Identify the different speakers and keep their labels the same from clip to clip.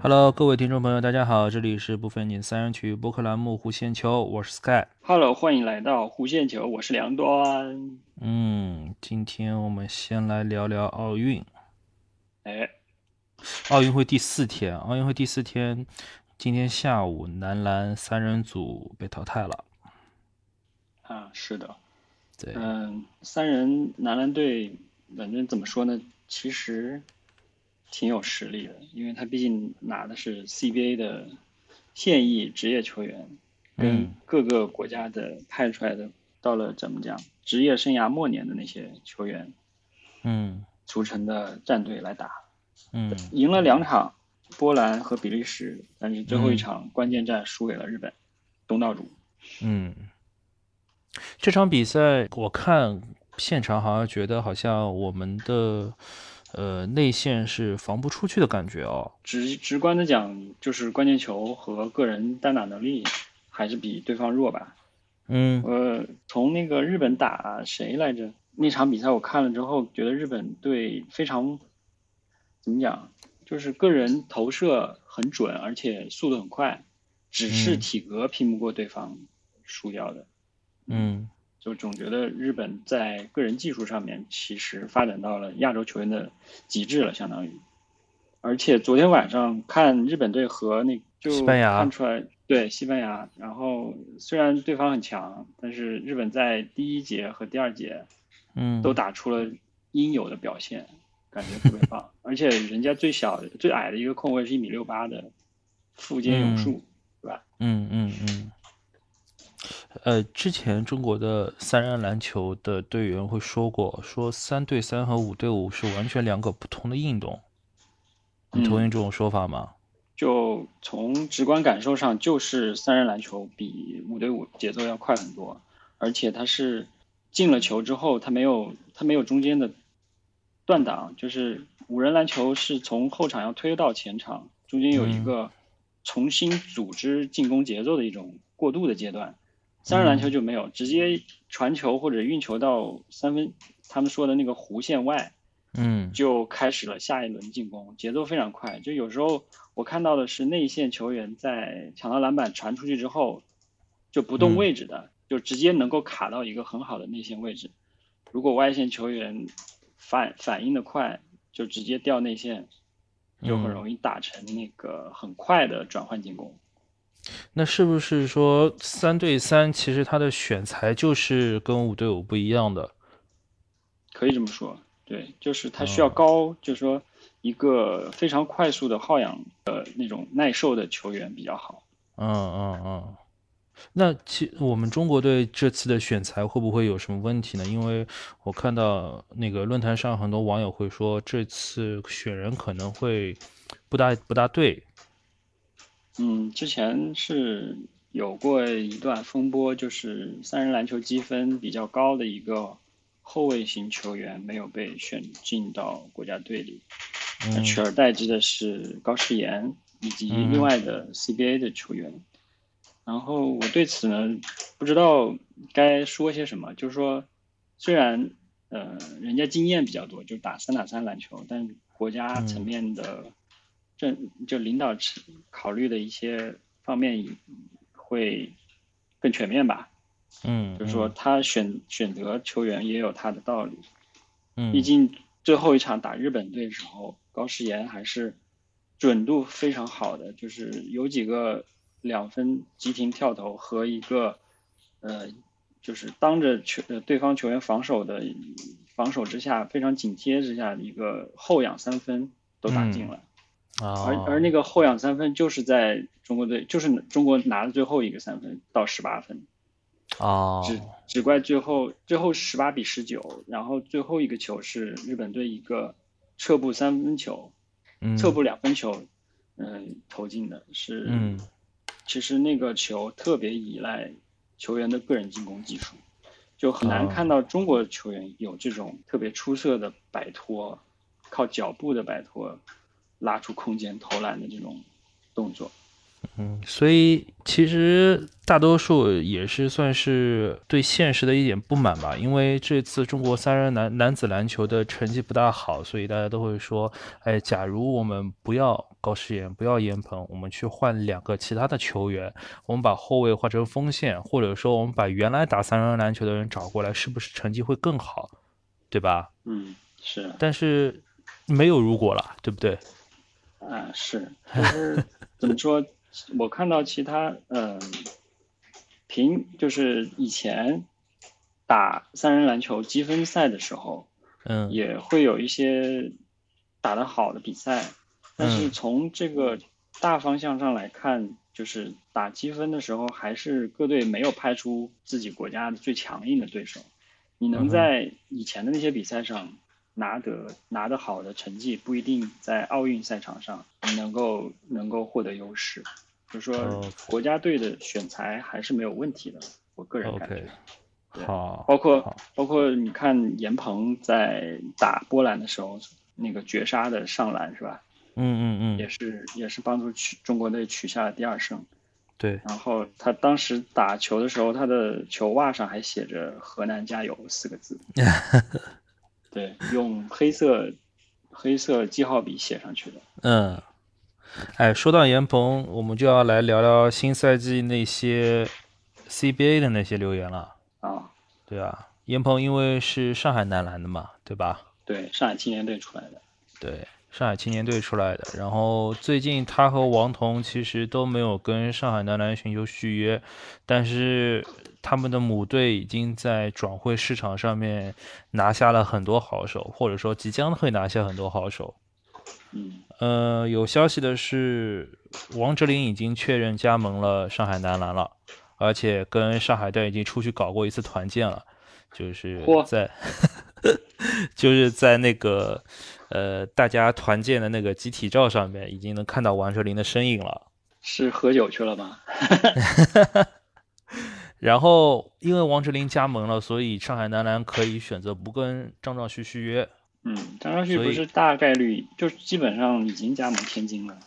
Speaker 1: Hello，各位听众朋友，大家好，这里是不分你三人曲播客栏目《弧线球》，我是 Sky。
Speaker 2: Hello，欢迎来到弧线球，我是梁端。
Speaker 1: 嗯，今天我们先来聊聊奥运。
Speaker 2: 哎，
Speaker 1: 奥运会第四天，奥运会第四天，今天下午男篮三人组被淘汰了。
Speaker 2: 啊，是的，
Speaker 1: 对，
Speaker 2: 嗯，三人男篮队，反正怎么说呢，其实挺有实力的，因为他毕竟拿的是 CBA 的现役职业球员，跟
Speaker 1: 嗯
Speaker 2: 各个国家的派出来的，到了怎么讲，职业生涯末年的那些球员
Speaker 1: 嗯
Speaker 2: 组成的战队来打，
Speaker 1: 嗯
Speaker 2: 赢了两场，波兰和比利时，但是最后一场关键战输给了日本，东道主。
Speaker 1: 嗯，这场比赛我看现场好像觉得好像我们的呃内线是防不出去的感觉哦。
Speaker 2: 直直观的讲，就是关键球和个人单打能力还是比对方弱吧。
Speaker 1: 嗯
Speaker 2: 呃，从那个日本打谁来着那场比赛，我看了之后觉得日本队非常怎么讲，就是个人投射很准，而且速度很快，只是
Speaker 1: 嗯
Speaker 2: 体格拼不过对方，输掉的。
Speaker 1: 嗯
Speaker 2: 就总觉得日本在个人技术上面其实发展到了亚洲球员的极致了，相当于。而且昨天晚上看日本队和那就
Speaker 1: 西班牙
Speaker 2: 看出来，对西班牙，然后虽然对方很强，但是日本在第一节和第二节
Speaker 1: 嗯，
Speaker 2: 都打出了应有的表现，感觉特别棒。而且人家最小的最矮的一个控卫是一米六八的富坚
Speaker 1: 嗯
Speaker 2: 勇树，
Speaker 1: 嗯嗯嗯，呃，之前中国的三人篮球的队员会说过，说三对三和五对五是完全两个不同的运动，你同意这种说法吗？
Speaker 2: 就从直观感受上，就是三人篮球比五对五节奏要快很多，而且它是进了球之后，它没有它没有中间的断档，就是五人篮球是从后场要推到前场，中间有一个重新组织进攻节奏的一种过渡的阶段，三人篮球就没有，直接传球或者运球到三分，他们说的那个弧线外，
Speaker 1: 嗯
Speaker 2: 就开始了下一轮进攻，节奏非常快。就有时候我看到的是内线球员在抢到篮板传出去之后，就不动位置的，就直接能够卡到一个很好的内线位置。如果外线球员反反应的快，就直接掉内线，就很
Speaker 1: 嗯
Speaker 2: 容易打成那个很快的转换进攻。
Speaker 1: 那是不是说三对三其实它的选材就是跟五对五不一样的？
Speaker 2: 可以这么说，对，就是他需要高，就是说一个非常快速的耗氧的那种耐受的球员比较好。
Speaker 1: 嗯嗯嗯。那其我们中国队这次的选材会不会有什么问题呢？因为我看到那个论坛上很多网友会说，这次选人可能会不大不大对。
Speaker 2: 嗯，之前是有过一段风波，就是三人篮球积分比较高的一个后卫型球员没有被选进到国家队里，那
Speaker 1: 嗯
Speaker 2: 取而代之的是高诗岩以及另外的 CBA 的球员。然后我对此呢，不知道该说些什么，就是说，虽然呃人家经验比较多，就打三打三篮球，但国家
Speaker 1: 嗯
Speaker 2: 层面的政就领导层考虑的一些方面会更全面吧。
Speaker 1: 嗯，
Speaker 2: 就是说，他选选择球员也有他的道理，
Speaker 1: 嗯，
Speaker 2: 毕竟最后一场打日本队的时候，高诗岩还是准度非常好的，就是有几个两分急停跳投和一个呃，就是当着球呃对方球员防守的防守之下非常紧贴之下的一个后仰三分都打进了，
Speaker 1: 嗯啊，
Speaker 2: 而而那个后仰三分就是在中国队就是中国拿的最后一个三分到十八分。
Speaker 1: 啊，
Speaker 2: 只只怪最后最后十八比十九，然后最后一个球是日本队一个侧步三分球，
Speaker 1: 嗯
Speaker 2: 侧步两分球，嗯，投进的是，
Speaker 1: 嗯
Speaker 2: 其实那个球特别依赖球员的个人进攻技术，就很难
Speaker 1: 哦
Speaker 2: 看到中国球员有这种特别出色的摆脱，靠脚步的摆脱，拉出空间投篮的这种动作。
Speaker 1: 嗯，所以其实大多数也是算是对现实的一点不满吧，因为这次中国三人男男子篮球的成绩不大好，所以大家都会说，哎，假如我们不要高诗岩，不要严鹏，我们去换两个其他的球员，我们把后卫换成锋线，或者说我们把原来打三人篮球的人找过来，是不是成绩会更好，对吧？
Speaker 2: 嗯，是，
Speaker 1: 但是没有如果了，对不对？
Speaker 2: 啊，是，就是怎么说？我看到其他，嗯、呃，平就是以前打三人篮球积分赛的时候，
Speaker 1: 嗯，
Speaker 2: 也会有一些打得好的比赛，但是从这个大方向上来看，就是打积分的时候，还是各队没有派出自己国家的最强硬的对手。你能在以前的那些比赛上。拿得拿得好的成绩不一定在奥运赛场上能够能够获得优势，就是说国家队的选材还是没有问题的，我个人感觉。
Speaker 1: Okay, 好，
Speaker 2: 包括包括你看严鹏在打波兰的时候，那个绝杀的上篮是吧？
Speaker 1: 嗯嗯嗯，
Speaker 2: 也是也是帮助取中国队取下了第二胜。
Speaker 1: 对，
Speaker 2: 然后他当时打球的时候，他的球袜上还写着“河南加油”四个 字。对，用黑色黑色记号笔写上去的。
Speaker 1: 嗯，哎，说到严鹏，我们就要来聊聊新赛季那些 CBA 的那些留言了。
Speaker 2: 啊、哦，
Speaker 1: 对啊，严鹏因为是上海男篮的嘛，对吧？
Speaker 2: 对，上海青年队出来的。
Speaker 1: 对，上海青年队出来的。然后最近他和王彤其实都没有跟上海男篮寻求续约，但是。他们的母队已经在转会市场上面拿下了很多好手，或者说即将会拿下很多好手。
Speaker 2: 嗯，
Speaker 1: 呃，有消息的是，王哲林已经确认加盟了上海男篮了，而且跟上海队已经出去搞过一次团建了，就是在 就是在那个呃大家团建的那个集体照上面，已经能看到王哲林的身影了。
Speaker 2: 是喝酒去了吗？
Speaker 1: 然后，因为王哲林加盟了，所以上海男篮可以选择不跟张兆旭续约。
Speaker 2: 嗯，张兆旭不是大概率就基本上已经加盟天津了。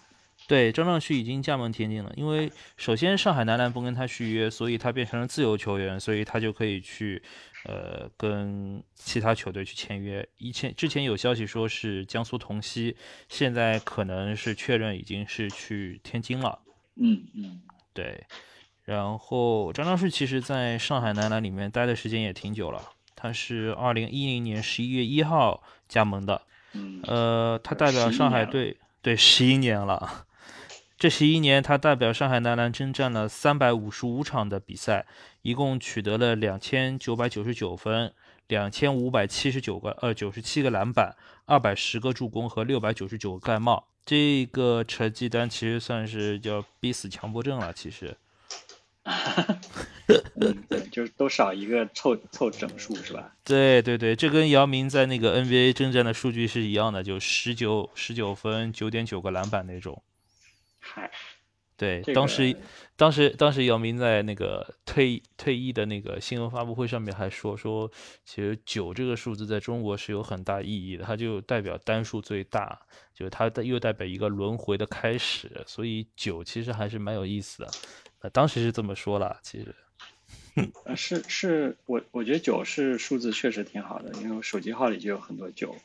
Speaker 1: 对，张兆旭已经加盟天津了，因为首先上海男篮不跟他续约，所以他变成了自由球员，所以他就可以去呃跟其他球队去签约。以前之前有消息说是江苏同曦，现在可能是确认已经是去天津了。
Speaker 2: 嗯嗯，
Speaker 1: 对。然后张兆旭其实在上海男篮里面待的时间也挺久了，他是二零一零年十一月一号加盟的，
Speaker 2: 嗯，
Speaker 1: 呃，他代表上海队，对，十一年了，这十一年他代表上海男篮征战了三百五十五场的比赛，一共取得了两千九百九十九分，两千五百七十九个呃九十七个篮板，二百十个助攻和六百九十九个盖帽，这个成绩单其实算是叫逼死强迫症了，其实。
Speaker 2: 嗯，对，就是都少一个凑凑整数是吧？
Speaker 1: 对对对，这跟姚明在那个 NBA 征战的数据是一样的，就十九十九分九点九个篮板那种。
Speaker 2: 嗨，
Speaker 1: 对，
Speaker 2: 这个、
Speaker 1: 当时当时当时姚明在那个退退役的那个新闻发布会上面还说说，其实九这个数字在中国是有很大意义的，它就代表单数最大，就是它又代表一个轮回的开始，所以九其实还是蛮有意思的。呃，当时是这么说了，其实，
Speaker 2: 呃，是是，我我觉得九是数字确实挺好的，因为我手机号里就有很多九。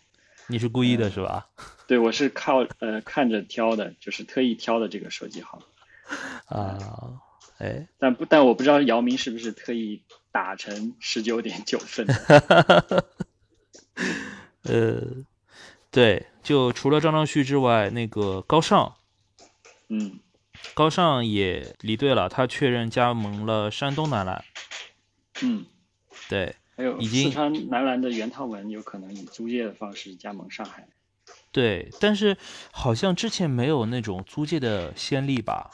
Speaker 1: 你是故意的是吧？
Speaker 2: 呃、对，我是靠呃看着挑的，就是特意挑的这个手机号。
Speaker 1: 啊，哎，
Speaker 2: 但不但我不知道姚明是不是特意打成十九点九分。
Speaker 1: 呃，对，就除了张兆旭之外，那个高尚，
Speaker 2: 嗯。
Speaker 1: 高尚也离队了，他确认加盟了山东男篮。
Speaker 2: 嗯，
Speaker 1: 对，
Speaker 2: 还有
Speaker 1: 已经
Speaker 2: 四川男篮的袁涛文有可能以租借的方式加盟上海。
Speaker 1: 对，但是好像之前没有那种租借的先例吧？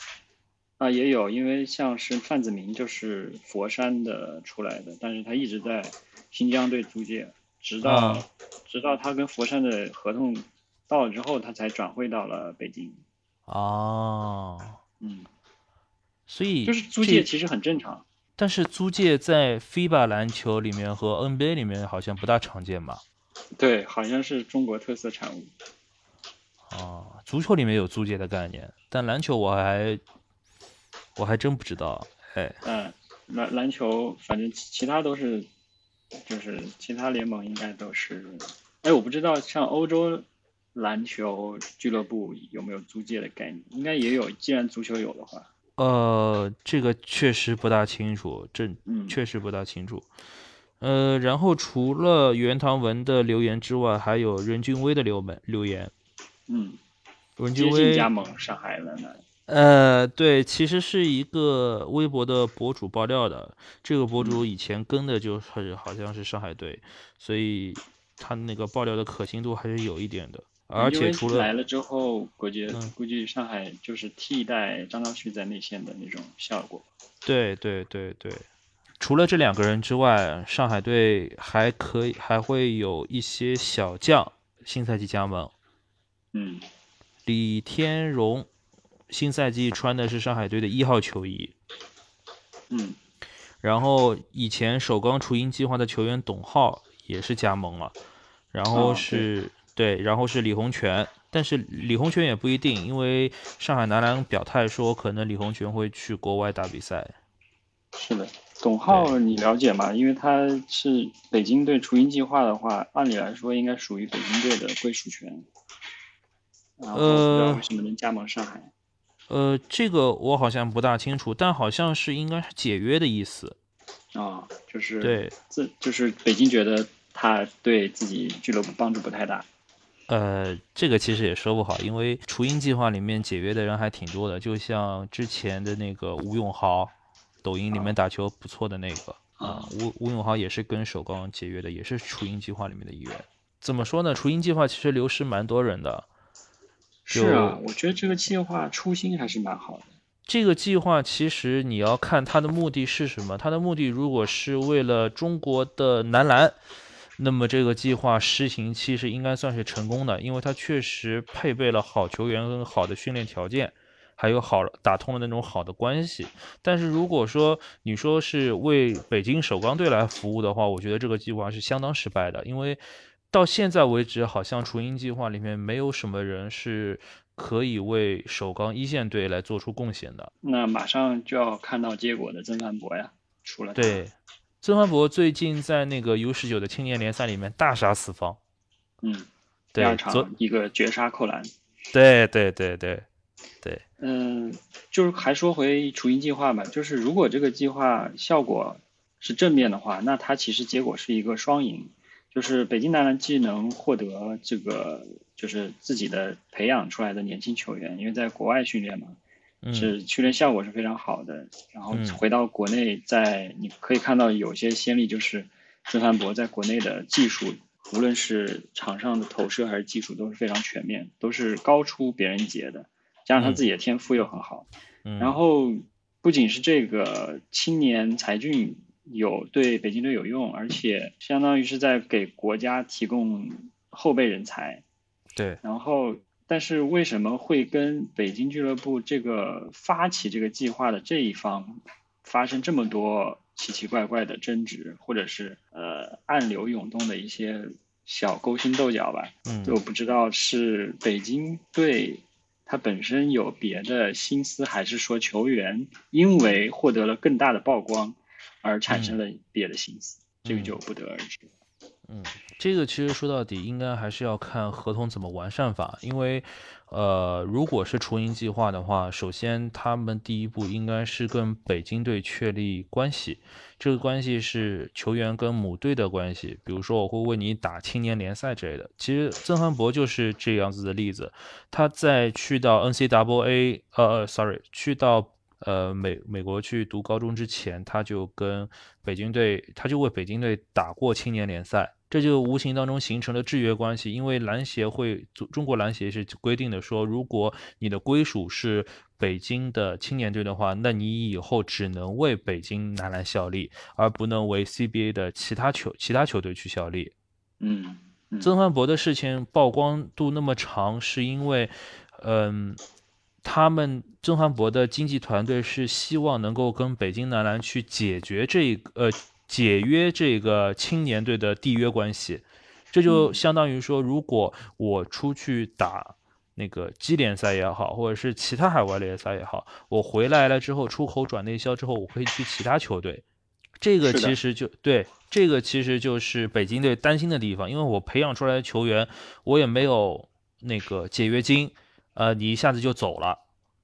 Speaker 2: 啊，也有，因为像是范子铭就是佛山的出来的，但是他一直在新疆队租借，直到、
Speaker 1: 啊
Speaker 2: 直到他跟佛山的合同到了之后，他才转会到了北京。
Speaker 1: 哦，
Speaker 2: 嗯，
Speaker 1: 所以
Speaker 2: 就是租
Speaker 1: 嗯这
Speaker 2: 借其实很正常。
Speaker 1: 但是租借在 FIBA 篮球里面和 NBA 里面好像不大常见吧？
Speaker 2: 对，好像是中国特色产物。
Speaker 1: 啊，足球里面有租借的概念，但篮球我还我还真不知道，哎，
Speaker 2: 嗯，篮篮球反正其其他都是，就是其他联盟应该都是，哎，我不知道像欧洲篮球俱乐部有没有租借的概念，应该也有，既然足球有的话，
Speaker 1: 呃，这个确实不大清楚，这
Speaker 2: 嗯
Speaker 1: 确实不大清楚。呃，然后除了袁唐文的留言之外，还有任俊威的留门留言。
Speaker 2: 嗯，
Speaker 1: 任俊
Speaker 2: 接近
Speaker 1: 威，
Speaker 2: 加盟上海了呢，
Speaker 1: 呃，对，其实是一个微博的博主爆料的。这个博主以前跟的就是好像是上海队，所以他那个爆料的可信度还是有一点的。而
Speaker 2: 因
Speaker 1: 且
Speaker 2: 为
Speaker 1: 除
Speaker 2: 来
Speaker 1: 了
Speaker 2: 了之后，估计
Speaker 1: 嗯
Speaker 2: 估计上海就是替代张道旭在内线的那种效果，
Speaker 1: 对对对对，除了这两个人之外，上海队还可以还会有一些小将新赛季加盟。
Speaker 2: 嗯
Speaker 1: 李天荣新赛季穿的是上海队的一号球衣，
Speaker 2: 嗯
Speaker 1: 然后以前首钢雏鹰计划的球员董浩也是加盟了，然后
Speaker 2: 哦
Speaker 1: 是、对，然后是李洪泉，但是李洪泉也不一定，因为上海男篮表态说可能李洪泉会去国外打比赛。
Speaker 2: 是的，董浩你了解吗？因为他是北京队雏鹰计划的话，按理来说应该属于北京队的归属权。然后不知道
Speaker 1: 呃
Speaker 2: 为什么能加盟上海？
Speaker 1: 呃，这个我好像不大清楚，但好像是应该是解约的意思。
Speaker 2: 啊、就是
Speaker 1: 对，
Speaker 2: 自就是北京觉得他对自己俱乐部帮助不太大。
Speaker 1: 呃，这个其实也说不好，因为雏鹰计划里面解约的人还挺多的，就像之前的那个吴永豪，抖音里面打球不错的那个啊、吴吴永豪也是跟首钢解约的，也是雏鹰计划里面的一员。怎么说呢？雏鹰计划其实流失蛮多人的，就是
Speaker 2: 啊，我觉得这个计划初心还是蛮好的。
Speaker 1: 这个计划其实你要看它的目的是什么。它的目的如果是为了中国的男篮，那么这个计划施行其实应该算是成功的，因为它确实配备了好球员跟好的训练条件，还有好打通了那种好的关系。但是如果说你说是为北京首钢队来服务的话，我觉得这个计划是相当失败的，因为到现在为止，好像雏鹰计划里面没有什么人是可以为首钢一线队来做出贡献的。
Speaker 2: 那马上就要看到结果的曾凡博呀，除了他
Speaker 1: 对，曾凡博最近在那个 U 十九的青年联赛里面大杀四方，
Speaker 2: 嗯，第
Speaker 1: 对
Speaker 2: 二，
Speaker 1: 昨
Speaker 2: 场一个绝杀扣篮。
Speaker 1: 对对对对对，
Speaker 2: 嗯，就是还说回雏鹰计划吧，就是如果这个计划效果是正面的话，那它其实结果是一个双赢，就是北京男篮既能获得这个就是自己的培养出来的年轻球员，因为在国外训练嘛，
Speaker 1: 嗯
Speaker 2: 是训练效果是非常好的。然后
Speaker 1: 嗯
Speaker 2: 回到国内在，你可以看到有些先例，就是曾凡博在国内的技术，无论是场上的投射还是技术，都是非常全面，都是高出别人一截的。加上他
Speaker 1: 嗯
Speaker 2: 自己的天赋又很好，
Speaker 1: 嗯，
Speaker 2: 然后不仅是这个青年才俊有对北京队有用，而且相当于是在给国家提供后备人才。
Speaker 1: 对，
Speaker 2: 然后，
Speaker 1: 嗯
Speaker 2: 但是为什么会跟北京俱乐部这个发起这个计划的这一方发生这么多奇奇怪怪的争执，或者是呃暗流涌动的一些小勾心斗角吧？
Speaker 1: 嗯
Speaker 2: 就不知道是北京队他本身有别的心思，还是说球员因为获得了更大的曝光而产生了别的心思，这个就不得而知。
Speaker 1: 嗯，这个其实说到底，应该还是要看合同怎么完善法。因为，呃，如果是雏鹰计划的话，首先他们第一步应该是跟北京队确立关系，这个关系是球员跟母队的关系。比如说，我会为你打青年联赛之类的。其实曾涵博就是这样子的例子，他在去到 NCAA，呃呃，sorry，去到呃美美国去读高中之前，他就跟北京队，他就为北京队打过青年联赛，这就无形当中形成了制约关系。因为篮协会，中中国篮协是规定的说，如果你的归属是北京的青年队的话，那你以后只能为北京男篮效力，而不能为 CBA 的其他球其他球队去效力。
Speaker 2: 嗯嗯
Speaker 1: 曾焕博的事情曝光度那么长，是因为，嗯，他们曾焕博的经纪团队是希望能够跟北京男篮去解决这个呃解约这个青年队的缔约关系，这就
Speaker 2: 嗯
Speaker 1: 相当于说，如果我出去打那个基联赛也好，或者是其他海外联赛也好，我回来了之后出口转内销之后，我可以去其他球队。这个
Speaker 2: 是的
Speaker 1: 其实就对，这个其实就是北京队担心的地方，因为我培养出来的球员，我也没有那个解约金，呃，你一下子就走了，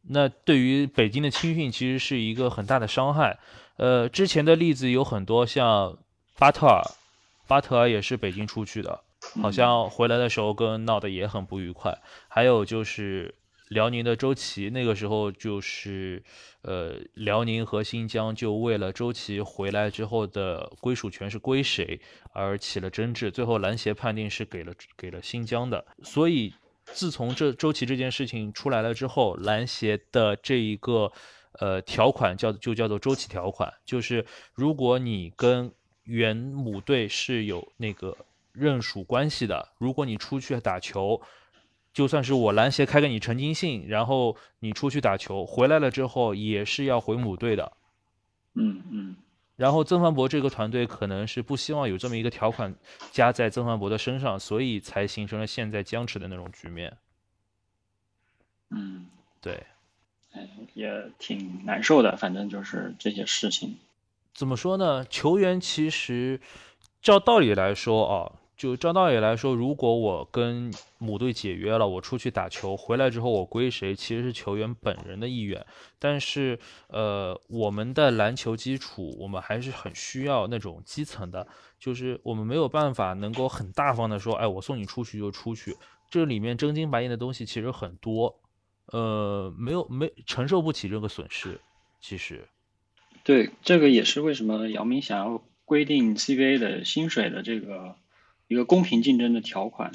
Speaker 1: 那对于北京的青训其实是一个很大的伤害。呃，之前的例子有很多，像巴特尔，巴特尔也是北京出去的，
Speaker 2: 嗯
Speaker 1: 好像回来的时候跟闹得也很不愉快。还有就是辽宁的周琦，那个时候就是呃，辽宁和新疆就为了周琦回来之后的归属权是归谁而起了争执，最后篮协判定是给了给了新疆的。所以自从这周琦这件事情出来了之后，篮协的这一个呃条款叫就叫做周琦条款，就是如果你跟原母队是有那个认属关系的，如果你出去打球，就算是我篮协开给你陈金信，然后你出去打球，回来了之后也是要回母队的。
Speaker 2: 嗯嗯
Speaker 1: 然后曾凡博这个团队可能是不希望有这么一个条款加在曾凡博的身上，所以才形成了现在僵持的那种局面。
Speaker 2: 嗯，
Speaker 1: 对，
Speaker 2: 哎，也挺难受的，反正就是这些事情。
Speaker 1: 怎么说呢？球员其实照道理来说啊，就照道理来说，如果我跟母队解约了，我出去打球，回来之后我归谁，其实是球员本人的意愿。但是，呃，我们的篮球基础，我们还是很需要那种基层的，就是我们没有办法能够很大方的说，哎，我送你出去就出去。这里面真金白银的东西其实很多，呃，没有没承受不起这个损失，其实，
Speaker 2: 对，这个也是为什么姚明想要规定 CBA 的薪水的这个一个公平竞争的条款，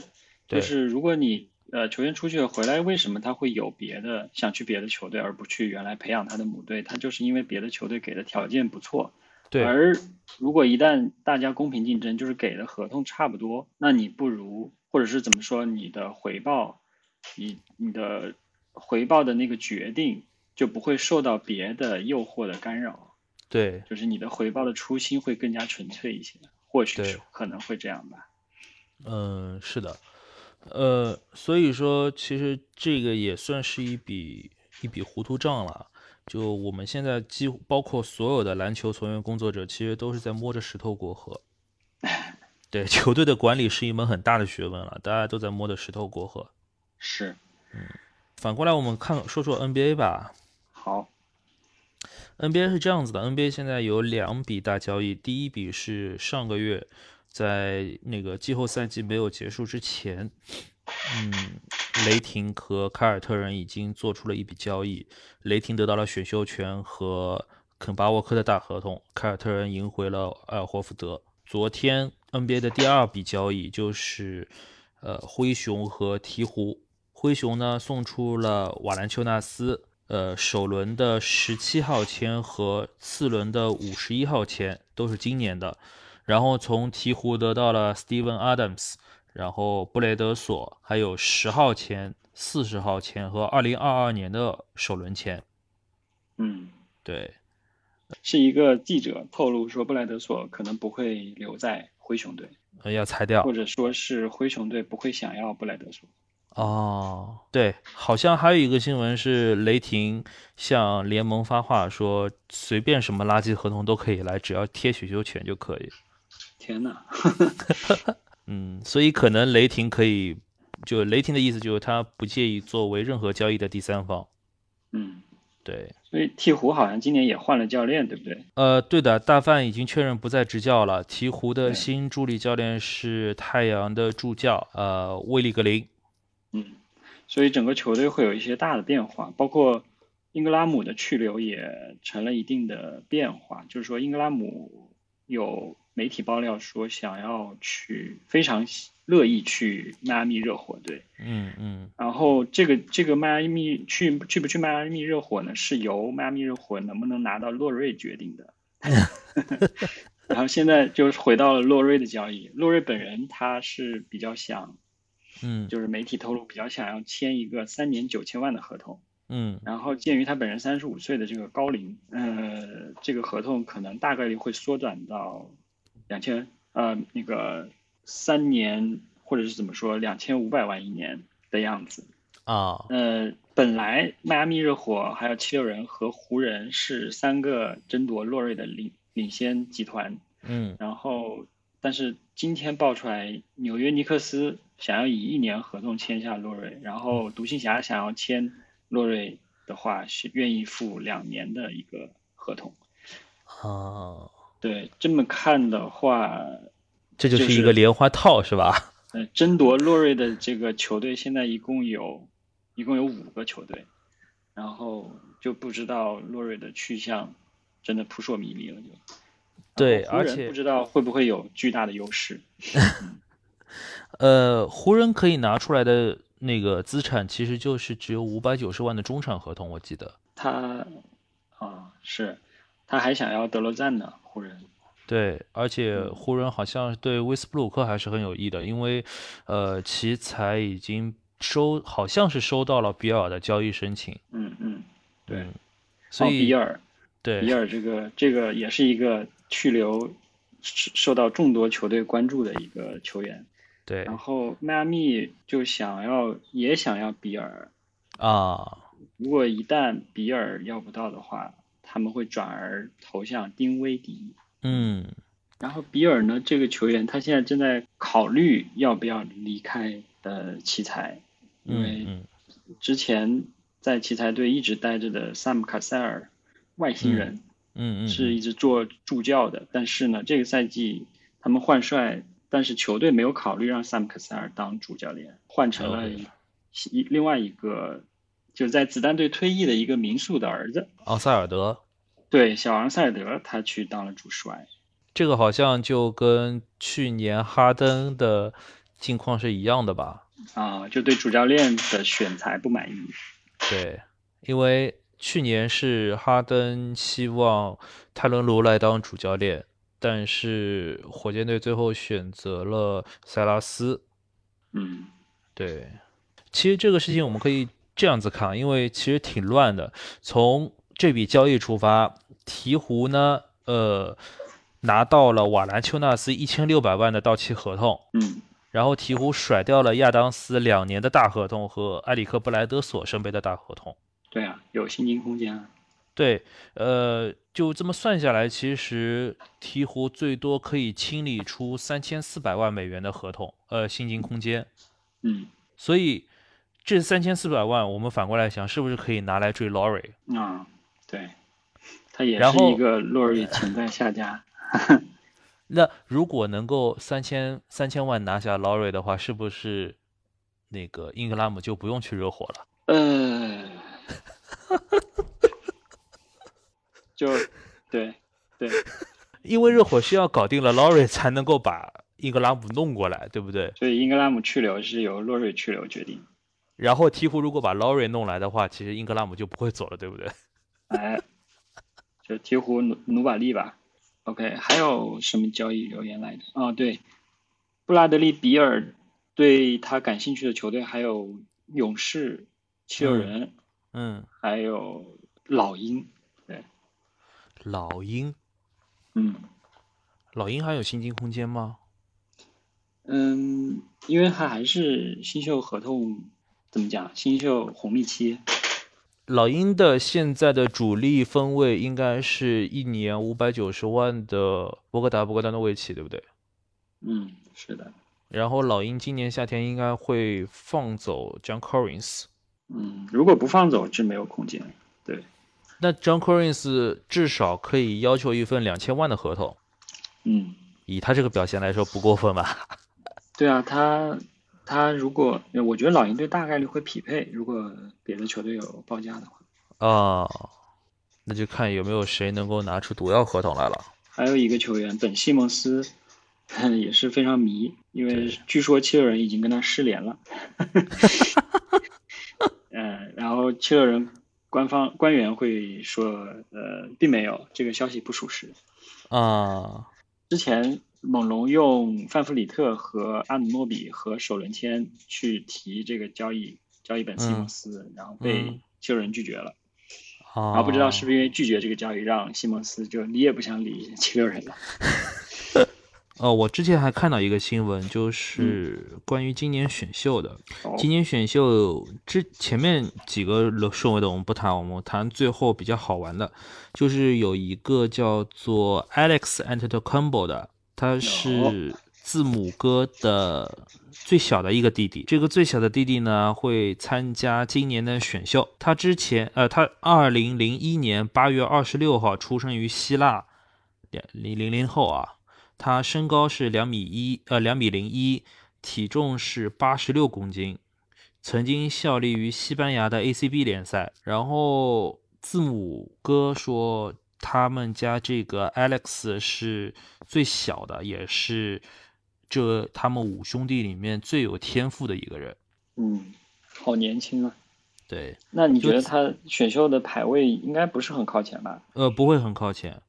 Speaker 1: 对
Speaker 2: 就是如果你呃球员出去了回来，为什么他会有别的想去别的球队，而不去原来培养他的母队？他就是因为别的球队给的条件不错，
Speaker 1: 对。
Speaker 2: 而如果一旦大家公平竞争，就是给的合同差不多，那你不如，或者是怎么说，你的回报，你你的回报的那个决定就不会受到别的诱惑的干扰，
Speaker 1: 对，
Speaker 2: 就是你的回报的初心会更加纯粹一些，或许
Speaker 1: 对
Speaker 2: 是可能会这样吧。
Speaker 1: 嗯，是的，呃，所以说其实这个也算是一笔一笔糊涂账了。就我们现在几乎包括所有的篮球从业工作者，其实都是在摸着石头过河。对，球队的管理是一门很大的学问了，大家都在摸着石头过河。
Speaker 2: 是，
Speaker 1: 反过来，我们看说说 NBA 吧。
Speaker 2: 好，
Speaker 1: NBA 是这样子的，NBA 现在有两笔大交易，第一笔是上个月在那个季后赛季没有结束之前，嗯，雷霆和凯尔特人已经做出了一笔交易，雷霆得到了选秀权和肯巴沃克的大合同，凯尔特人赢回了埃尔霍福德。昨天 NBA 的第二笔交易就是，呃，灰熊和鹈鹕，灰熊呢送出了瓦兰丘纳斯，呃，首轮的十七号签和次轮的五十一号签都是今年的，然后从鹈鹕得到了 Steven Adams，然后布雷德索，还有十号签、四十号签和二零二二年的首轮签。
Speaker 2: 嗯，
Speaker 1: 对，
Speaker 2: 是一个记者透露说，布莱德索可能不会留在灰熊队，
Speaker 1: 呃，要裁掉
Speaker 2: 或者说是灰熊队不会想要布莱德索。
Speaker 1: 哦。对，好像还有一个新闻是雷霆向联盟发话说，随便什么垃圾合同都可以来，只要贴选秀权就可以。
Speaker 2: 天呐，
Speaker 1: 嗯，所以可能雷霆可以，就雷霆的意思就是他不介意作为任何交易的第三方。
Speaker 2: 嗯。
Speaker 1: 对，
Speaker 2: 所以鹈鹕好像今年也换了教练，对不对？
Speaker 1: 呃，对的，大范已经确认不再执教了。鹈鹕的
Speaker 2: 对
Speaker 1: 新助理教练是太阳的助教，呃，威利格林。
Speaker 2: 嗯，所以整个球队会有一些大的变化，包括英格拉姆的去留也成了一定的变化。就是说，英格拉姆有媒体爆料说想要去，非常喜乐意去迈阿密热火队。
Speaker 1: 嗯嗯，
Speaker 2: 然后这个这个迈阿密去去不去迈阿密热火呢，是由迈阿密热火能不能拿到洛瑞决定的。然后现在就是回到了洛瑞的交易，洛瑞本人他是比较想，
Speaker 1: 嗯
Speaker 2: 就是媒体透露比较想要签一个三年九千万的合同。
Speaker 1: 嗯
Speaker 2: 然后鉴于他本人三十五岁的这个高龄，呃，这个合同可能大概率会缩短到两千呃那个三年或者是怎么说两千五百万一年的样子。
Speaker 1: 啊，
Speaker 2: 呃，本来迈阿密热火还有七六人和湖人是三个争夺洛瑞的领领先集团，
Speaker 1: 嗯
Speaker 2: 然后但是今天爆出来，纽约尼克斯想要以一年合同签下洛瑞，然后独行侠想要签洛瑞的话是愿意付两年的一个合同。
Speaker 1: 啊，
Speaker 2: 对，这么看的话，
Speaker 1: 这就
Speaker 2: 就是
Speaker 1: 一
Speaker 2: 是
Speaker 1: 个莲花套是 吧？
Speaker 2: 呃，争夺洛瑞的这个球队现在一共有，一共有五个球队，然后就不知道洛瑞的去向，真的扑朔迷离了就。
Speaker 1: 对
Speaker 2: 然后湖
Speaker 1: 而
Speaker 2: 人
Speaker 1: 且
Speaker 2: 不知道会不会有巨大的优势。
Speaker 1: 呃，湖人可以拿出来的那个资产其实就是只有五百九十万的中产合同，我记得。
Speaker 2: 他啊，是，他还想要德罗赞呢，湖人。
Speaker 1: 对，而且
Speaker 2: 嗯
Speaker 1: 湖人好像对威斯布鲁克还是很有益的，因为呃，奇才已经收，好像是收到了比尔的交易申请，
Speaker 2: 嗯嗯，对
Speaker 1: 嗯，所
Speaker 2: 奥
Speaker 1: 以
Speaker 2: 比尔，
Speaker 1: 对
Speaker 2: 比尔这个这个也是一个去留受受到众多球队关注的一个球员。
Speaker 1: 对
Speaker 2: 然后迈阿密就想要也想要比尔，
Speaker 1: 啊，
Speaker 2: 如果一旦比尔要不到的话，他们会转而投向丁威迪。
Speaker 1: 嗯
Speaker 2: 然后比尔呢，这个球员他现在正在考虑要不要离开呃奇才，因
Speaker 1: 嗯
Speaker 2: 为
Speaker 1: 嗯
Speaker 2: 之前在奇才队一直待着的萨姆卡塞尔，外星人，
Speaker 1: 嗯嗯，
Speaker 2: 是
Speaker 1: 嗯
Speaker 2: 一直做助教的，但是呢，这个赛季他们换帅，但是球队没有考虑让萨姆克塞尔当主教练，换成
Speaker 1: 哦
Speaker 2: 了一一另外一个就在子弹队退役的一个民宿的儿子，
Speaker 1: 奥塞尔德，
Speaker 2: 对小昂塞尔德，他去当了主帅。
Speaker 1: 这个好像就跟去年哈登的境况是一样的吧？
Speaker 2: 啊，就对主教练的选材不满意。
Speaker 1: 对，因为去年是哈登希望泰伦卢来当主教练，但是火箭队最后选择了塞拉斯。
Speaker 2: 嗯
Speaker 1: 对，其实这个事情我们可以这样子看，因为其实挺乱的。从这笔交易出发，鹈鹕呢，呃，拿到了瓦兰丘纳斯一千六百万的到期合同。
Speaker 2: 嗯
Speaker 1: 然后鹈鹕甩掉了亚当斯两年的大合同和埃里克布莱德索身背的大合同。
Speaker 2: 对啊，有薪金空间啊。
Speaker 1: 对，呃，就这么算下来，其实鹈鹕最多可以清理出三千四百万美元的合同，呃，薪金空间。
Speaker 2: 嗯
Speaker 1: 所以这三千四百万，我们反过来想，是不是可以拿来追 Lowry？
Speaker 2: 啊，对，他也
Speaker 1: 然
Speaker 2: 是
Speaker 1: 后
Speaker 2: 一个洛瑞潜在下家。
Speaker 1: 那如果能够三千三千万拿下 Lowry 的话，是不是那个英格拉姆就不用去热火了？
Speaker 2: 呃， 就对对，
Speaker 1: 因为热火是要搞定了 Lowry 才能够把英格拉姆弄过来，对不对？
Speaker 2: 所以英格拉姆去留是由洛瑞去留决定。
Speaker 1: 然后鹈鹕如果把 Lowry 弄来的话，其实英格拉姆就不会走了，对不对？
Speaker 2: 哎，就鹈鹕努努瓦利吧。OK，还有什么交易留言来着？哦，对，布拉德利比尔对他感兴趣的球队还有勇士、七六人，
Speaker 1: 嗯，
Speaker 2: 还有老鹰。
Speaker 1: 老鹰，
Speaker 2: 嗯
Speaker 1: 老鹰还有薪金空间吗？
Speaker 2: 嗯，因为他还是新秀合同，怎么讲？新秀红利期。
Speaker 1: 老鹰的现在的主力分位应该是一年五百九十万的博格达·博格丹诺维奇，对不对？
Speaker 2: 嗯，是的，
Speaker 1: 然后老鹰今年夏天应该会放走 John Collins，
Speaker 2: 嗯，如果不放走就没有空间。
Speaker 1: 那 John Collins 至少可以要求一份两千万的合同，
Speaker 2: 嗯，
Speaker 1: 以他这个表现来说不过分吧？
Speaker 2: 对啊，他他如果我觉得老鹰队大概率会匹配，如果别的球队有报价的话，
Speaker 1: 啊、那就看有没有谁能够拿出毒药合同来了。
Speaker 2: 还有一个球员本西蒙斯也是非常迷，因为
Speaker 1: 对
Speaker 2: 据说七六人已经跟他失联了。 嗯，然后七六人官方官员会说，呃，并没有这个消息不属实。
Speaker 1: 啊、
Speaker 2: 之前猛龙用范弗里特和阿努诺比和首轮签去提这个交易，交易本西蒙斯，然后被
Speaker 1: 嗯
Speaker 2: 七六人拒绝了。
Speaker 1: 啊，
Speaker 2: 然后不知道是不是因为拒绝这个交易，让西蒙斯就理也不想理七六人了。
Speaker 1: 呃，我之前还看到一个新闻，就是关于今年选秀的。
Speaker 2: 哦
Speaker 1: 今年选秀之前面几个轮顺位的我们不谈，我们谈最后比较好玩的，就是有一个叫做 Alex Antetokounmpo 的，他是字母哥的最小的一个弟弟。这个最小的弟弟呢，会参加今年的选秀。他之前，呃，他二零零一年八月二十六号出生于希腊，两零零零后啊。他身高是两米一，呃，两米零一，体重是八十六公斤，曾经效力于西班牙的 ACB 联赛。然后字母哥说，他们家这个 Alex 是最小的，也是这他们五兄弟里面最有天赋的一个人。
Speaker 2: 嗯，好年轻啊。
Speaker 1: 对，
Speaker 2: 那你
Speaker 1: 就
Speaker 2: 觉得他选秀的排位应该不是很靠前吧？
Speaker 1: 呃，不会很靠前，
Speaker 2: 嗯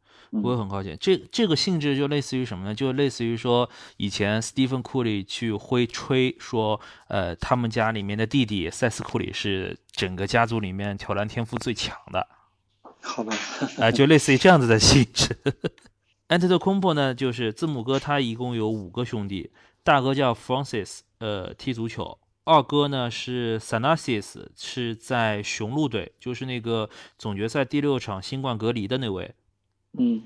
Speaker 1: 不会很靠前。这这个性质就类似于什么呢？就类似于说以前 Stephen 库里去挥吹说，呃，他们家里面的弟弟塞斯库里是整个家族里面挑战天赋最强的，
Speaker 2: 好吧，
Speaker 1: 啊、就类似于这样子的性质。安特特昆珀呢，就是字母哥，他一共有五个兄弟，大哥叫 Francis，呃，踢足球；二哥呢是 Sanasis，是在雄鹿队，就是那个总决赛第六场新冠隔离的那位。
Speaker 2: 嗯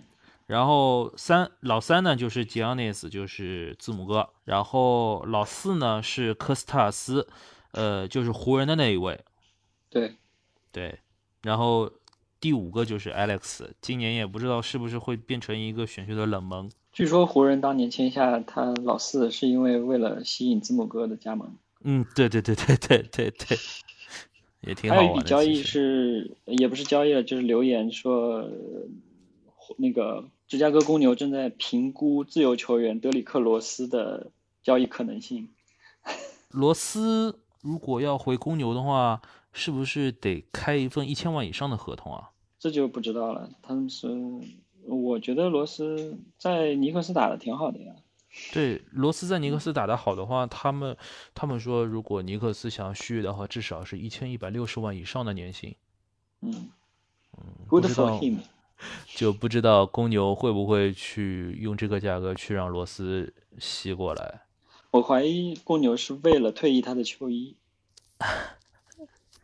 Speaker 1: 然后三老三呢就是 Giannis，就是字母哥。然后老四呢是科斯塔斯，呃，就是湖人的那一位。
Speaker 2: 对，
Speaker 1: 对，然后第五个就是 Alex，今年也不知道是不是会变成一个选秀的冷门。
Speaker 2: 据说湖人当年签下他老四是因为为了吸引字母哥的加盟。
Speaker 1: 嗯，对对对对对对对，也挺好
Speaker 2: 还
Speaker 1: 玩
Speaker 2: 有
Speaker 1: 的。
Speaker 2: 一笔交
Speaker 1: 其
Speaker 2: 易
Speaker 1: 实
Speaker 2: 是，也不是交易了，就是留言说，呃那个芝加哥公牛正在评估自由球员德里克罗斯的交易可能性。
Speaker 1: 罗斯如果要回公牛的话，是不是得开一份一千万以上的合同啊？
Speaker 2: 这就不知道了。他们是，我觉得罗斯在尼克斯打的挺好的呀。
Speaker 1: 对，罗斯在尼克斯打得好的话，他们他们说，如果尼克斯想要续约的话，至少是一千一百六十万以上的年薪，
Speaker 2: 嗯，Good
Speaker 1: 不知
Speaker 2: for
Speaker 1: 道
Speaker 2: him。
Speaker 1: 就不知道公牛会不会去用这个价格去让罗斯吸过来。
Speaker 2: 我怀疑公牛是为了退役他的球衣。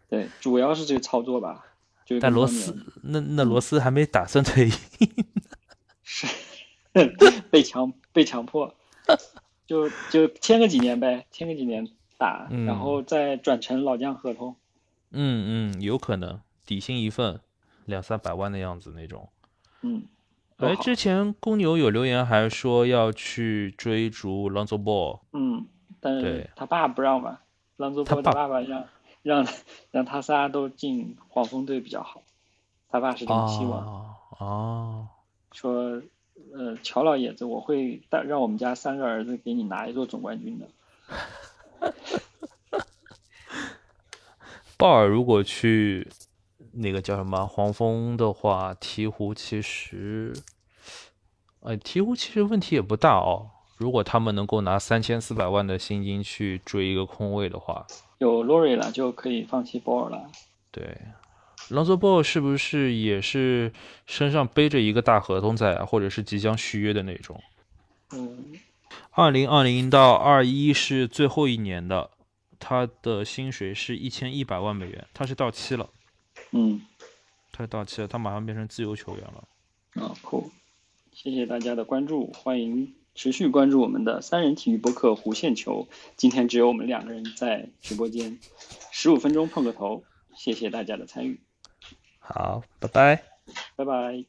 Speaker 2: 对，主要是这个操作吧。就
Speaker 1: 但
Speaker 2: 跟
Speaker 1: 罗
Speaker 2: 当
Speaker 1: 斯
Speaker 2: 年
Speaker 1: 那那罗斯还没打算退役，
Speaker 2: 被强被强迫，就就签个几年呗，签个几年打，
Speaker 1: 嗯
Speaker 2: 然后再转成老将合同。
Speaker 1: 嗯嗯，有可能底薪一份两三百万的样子那种。
Speaker 2: 嗯，多
Speaker 1: 哎，
Speaker 2: 好
Speaker 1: 之前公牛有留言还说要去追逐 Lonzo Ball，
Speaker 2: 嗯，但是
Speaker 1: 对
Speaker 2: 他爸不让吧，朗佐
Speaker 1: 他
Speaker 2: 波的
Speaker 1: 爸
Speaker 2: 爸爸让让让他仨都进黄蜂队比较好，他爸是这么希望，
Speaker 1: 哦哦，
Speaker 2: 说，呃，乔老爷子，我会带让我们家三个儿子给你拿一座总冠军的。
Speaker 1: 鲍尔如果去那个叫什么黄蜂的话，鹈鹕其实，呃，鹈鹕其实问题也不大哦。如果他们能够拿三千四百万的薪金去追一个空位的话，
Speaker 2: 有 Lori 了，就可以放弃波尔了。
Speaker 1: 对，朗佐鲍尔是不是也是身上背着一个大合同在啊，或者是即将续约的那种？
Speaker 2: 嗯，
Speaker 1: 二零二零到二一是最后一年的，他的薪水是一千一百万美元，他是到期了，
Speaker 2: 嗯，
Speaker 1: 他是到期了，他马上变成自由球员了。
Speaker 2: 啊，酷，谢谢大家的关注，欢迎持续关注我们的三人体育播客弧线球。今天只有我们两个人在直播间，十五分钟碰个头，谢谢大家的参与，
Speaker 1: 好，拜拜。
Speaker 2: 拜拜。